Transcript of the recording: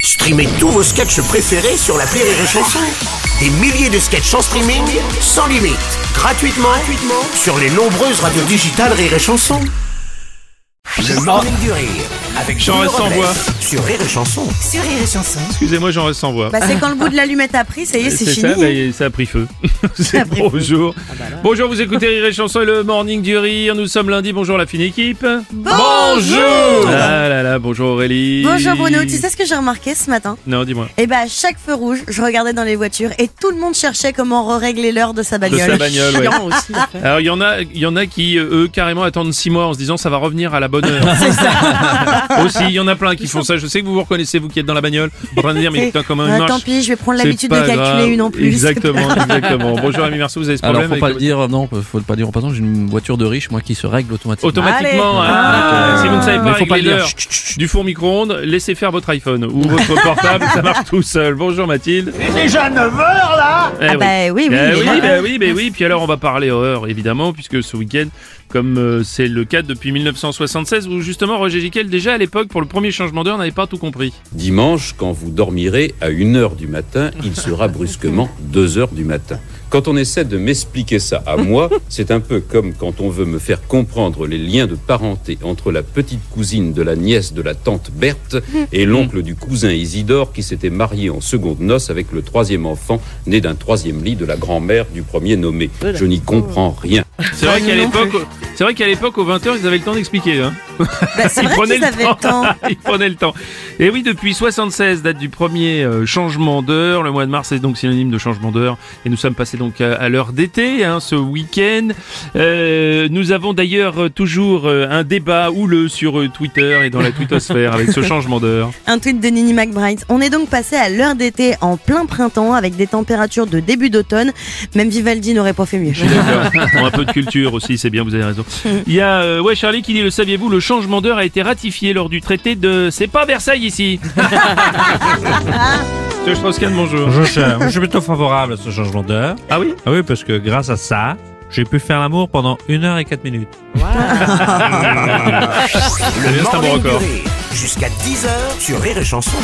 Streamez tous vos sketchs préférés sur la Rire et Chanson. Des milliers de sketchs en streaming, sans limite, gratuitement, gratuitement sur les nombreuses radios digitales Rire et Chanson. Le Morning du Rire, avec Jean Jean-Luc Rest en Robles, voix. sur Rire et Chanson. Sur Rire et Chanson. Excusez-moi, j'en reste sans voix. Bah, c'est quand le bout de l'allumette a pris, ça y est, c'est ça, fini. bah, ça a pris feu. a C'est pris Ah bah bonjour. Bonjour, vous écoutez Rire et Chanson et le Morning du Rire. Nous sommes lundi. Bonjour la fine équipe. Bonjour. Ah là là, bonjour Aurélie. Bonjour Bruno, tu sais ce que j'ai remarqué ce matin Non, dis-moi. Eh bah, à chaque feu rouge, je regardais dans les voitures et tout le monde cherchait comment régler l'heure de sa De bagnole. sa bagnole, ouais. Alors, il y en a, il y en a qui, euh, eux, carrément attendent 6 mois en se disant ça va revenir à la bonne heure. Aussi, il y en a plein qui font ça. Je sais que vous vous reconnaissez, vous qui êtes dans la bagnole, en train de dire, mais putain, comment il Ah, marche. tant pis, je vais prendre C'est l'habitude de pas calculer grave. une en plus. Exactement, exactement. Bonjour, Ami Marceau, vous avez ce Alors problème faut pas avec le dire, non, faut le pas dire en passant, j'ai une voiture de riche moi qui se règle automatiquement. Automatiquement, Allez. ah, Ah. si vous ne savez pas Mais faut pas régler le dire. l'heure du four micro-ondes, laissez faire votre iPhone ou votre portable, ça marche tout seul. Bonjour Mathilde. Il est déjà 9h là Eh Ah bah oui, oui, Eh il est oui, là. bah oui, bah oui. Puis alors on va parler horreur évidemment, puisque ce week-end, comme euh, c'est le cas depuis 1976, où justement Roger Giquel, déjà à l'époque, pour le premier changement d'heure, n'avait pas tout compris. Dimanche, quand vous dormirez à 1h du matin, il sera brusquement 2h du matin. Quand on essaie de m'expliquer ça à moi, c'est un peu comme quand on veut me faire comprendre les liens de parenté entre la petite cousine de la nièce de la tante Berthe et l'oncle du cousin Isidore qui s'était marié en seconde noce avec le troisième enfant né d'un troisième lit de la grand-mère du premier nommé. Je n'y comprends rien. C'est vrai qu'à l'époque, c'est vrai qu'à l'époque, aux 20h, ils avaient le temps d'expliquer. hein. Bah, c'est Ils vrai prenaient qu'ils avaient le temps. Ils prenaient le temps. Et oui, depuis 76, date du premier euh, changement d'heure. Le mois de mars est donc synonyme de changement d'heure. Et nous sommes passés donc à, à l'heure d'été, hein, ce week-end. Euh, nous avons d'ailleurs euh, toujours euh, un débat houleux sur euh, Twitter et dans la twittosphère avec ce changement d'heure. Un tweet de Nini McBride. On est donc passé à l'heure d'été en plein printemps avec des températures de début d'automne. Même Vivaldi n'aurait pas fait mieux. Je suis d'accord. Bon, un peu de culture aussi, c'est bien, vous avez raison. Il y a, euh, ouais, Charlie qui dit, le saviez-vous, le changement d'heure a été ratifié lors du traité de... C'est pas Versailles ici Je pense qu'un bonjour. Bonjour, cher. Moi, Je suis plutôt favorable à ce changement d'heure. Ah oui Ah oui, parce que grâce à ça, j'ai pu faire l'amour pendant 1 heure et 4 minutes. Le C'est un bon Morning du record. Rire, jusqu'à 10h sur Rire et Chanson.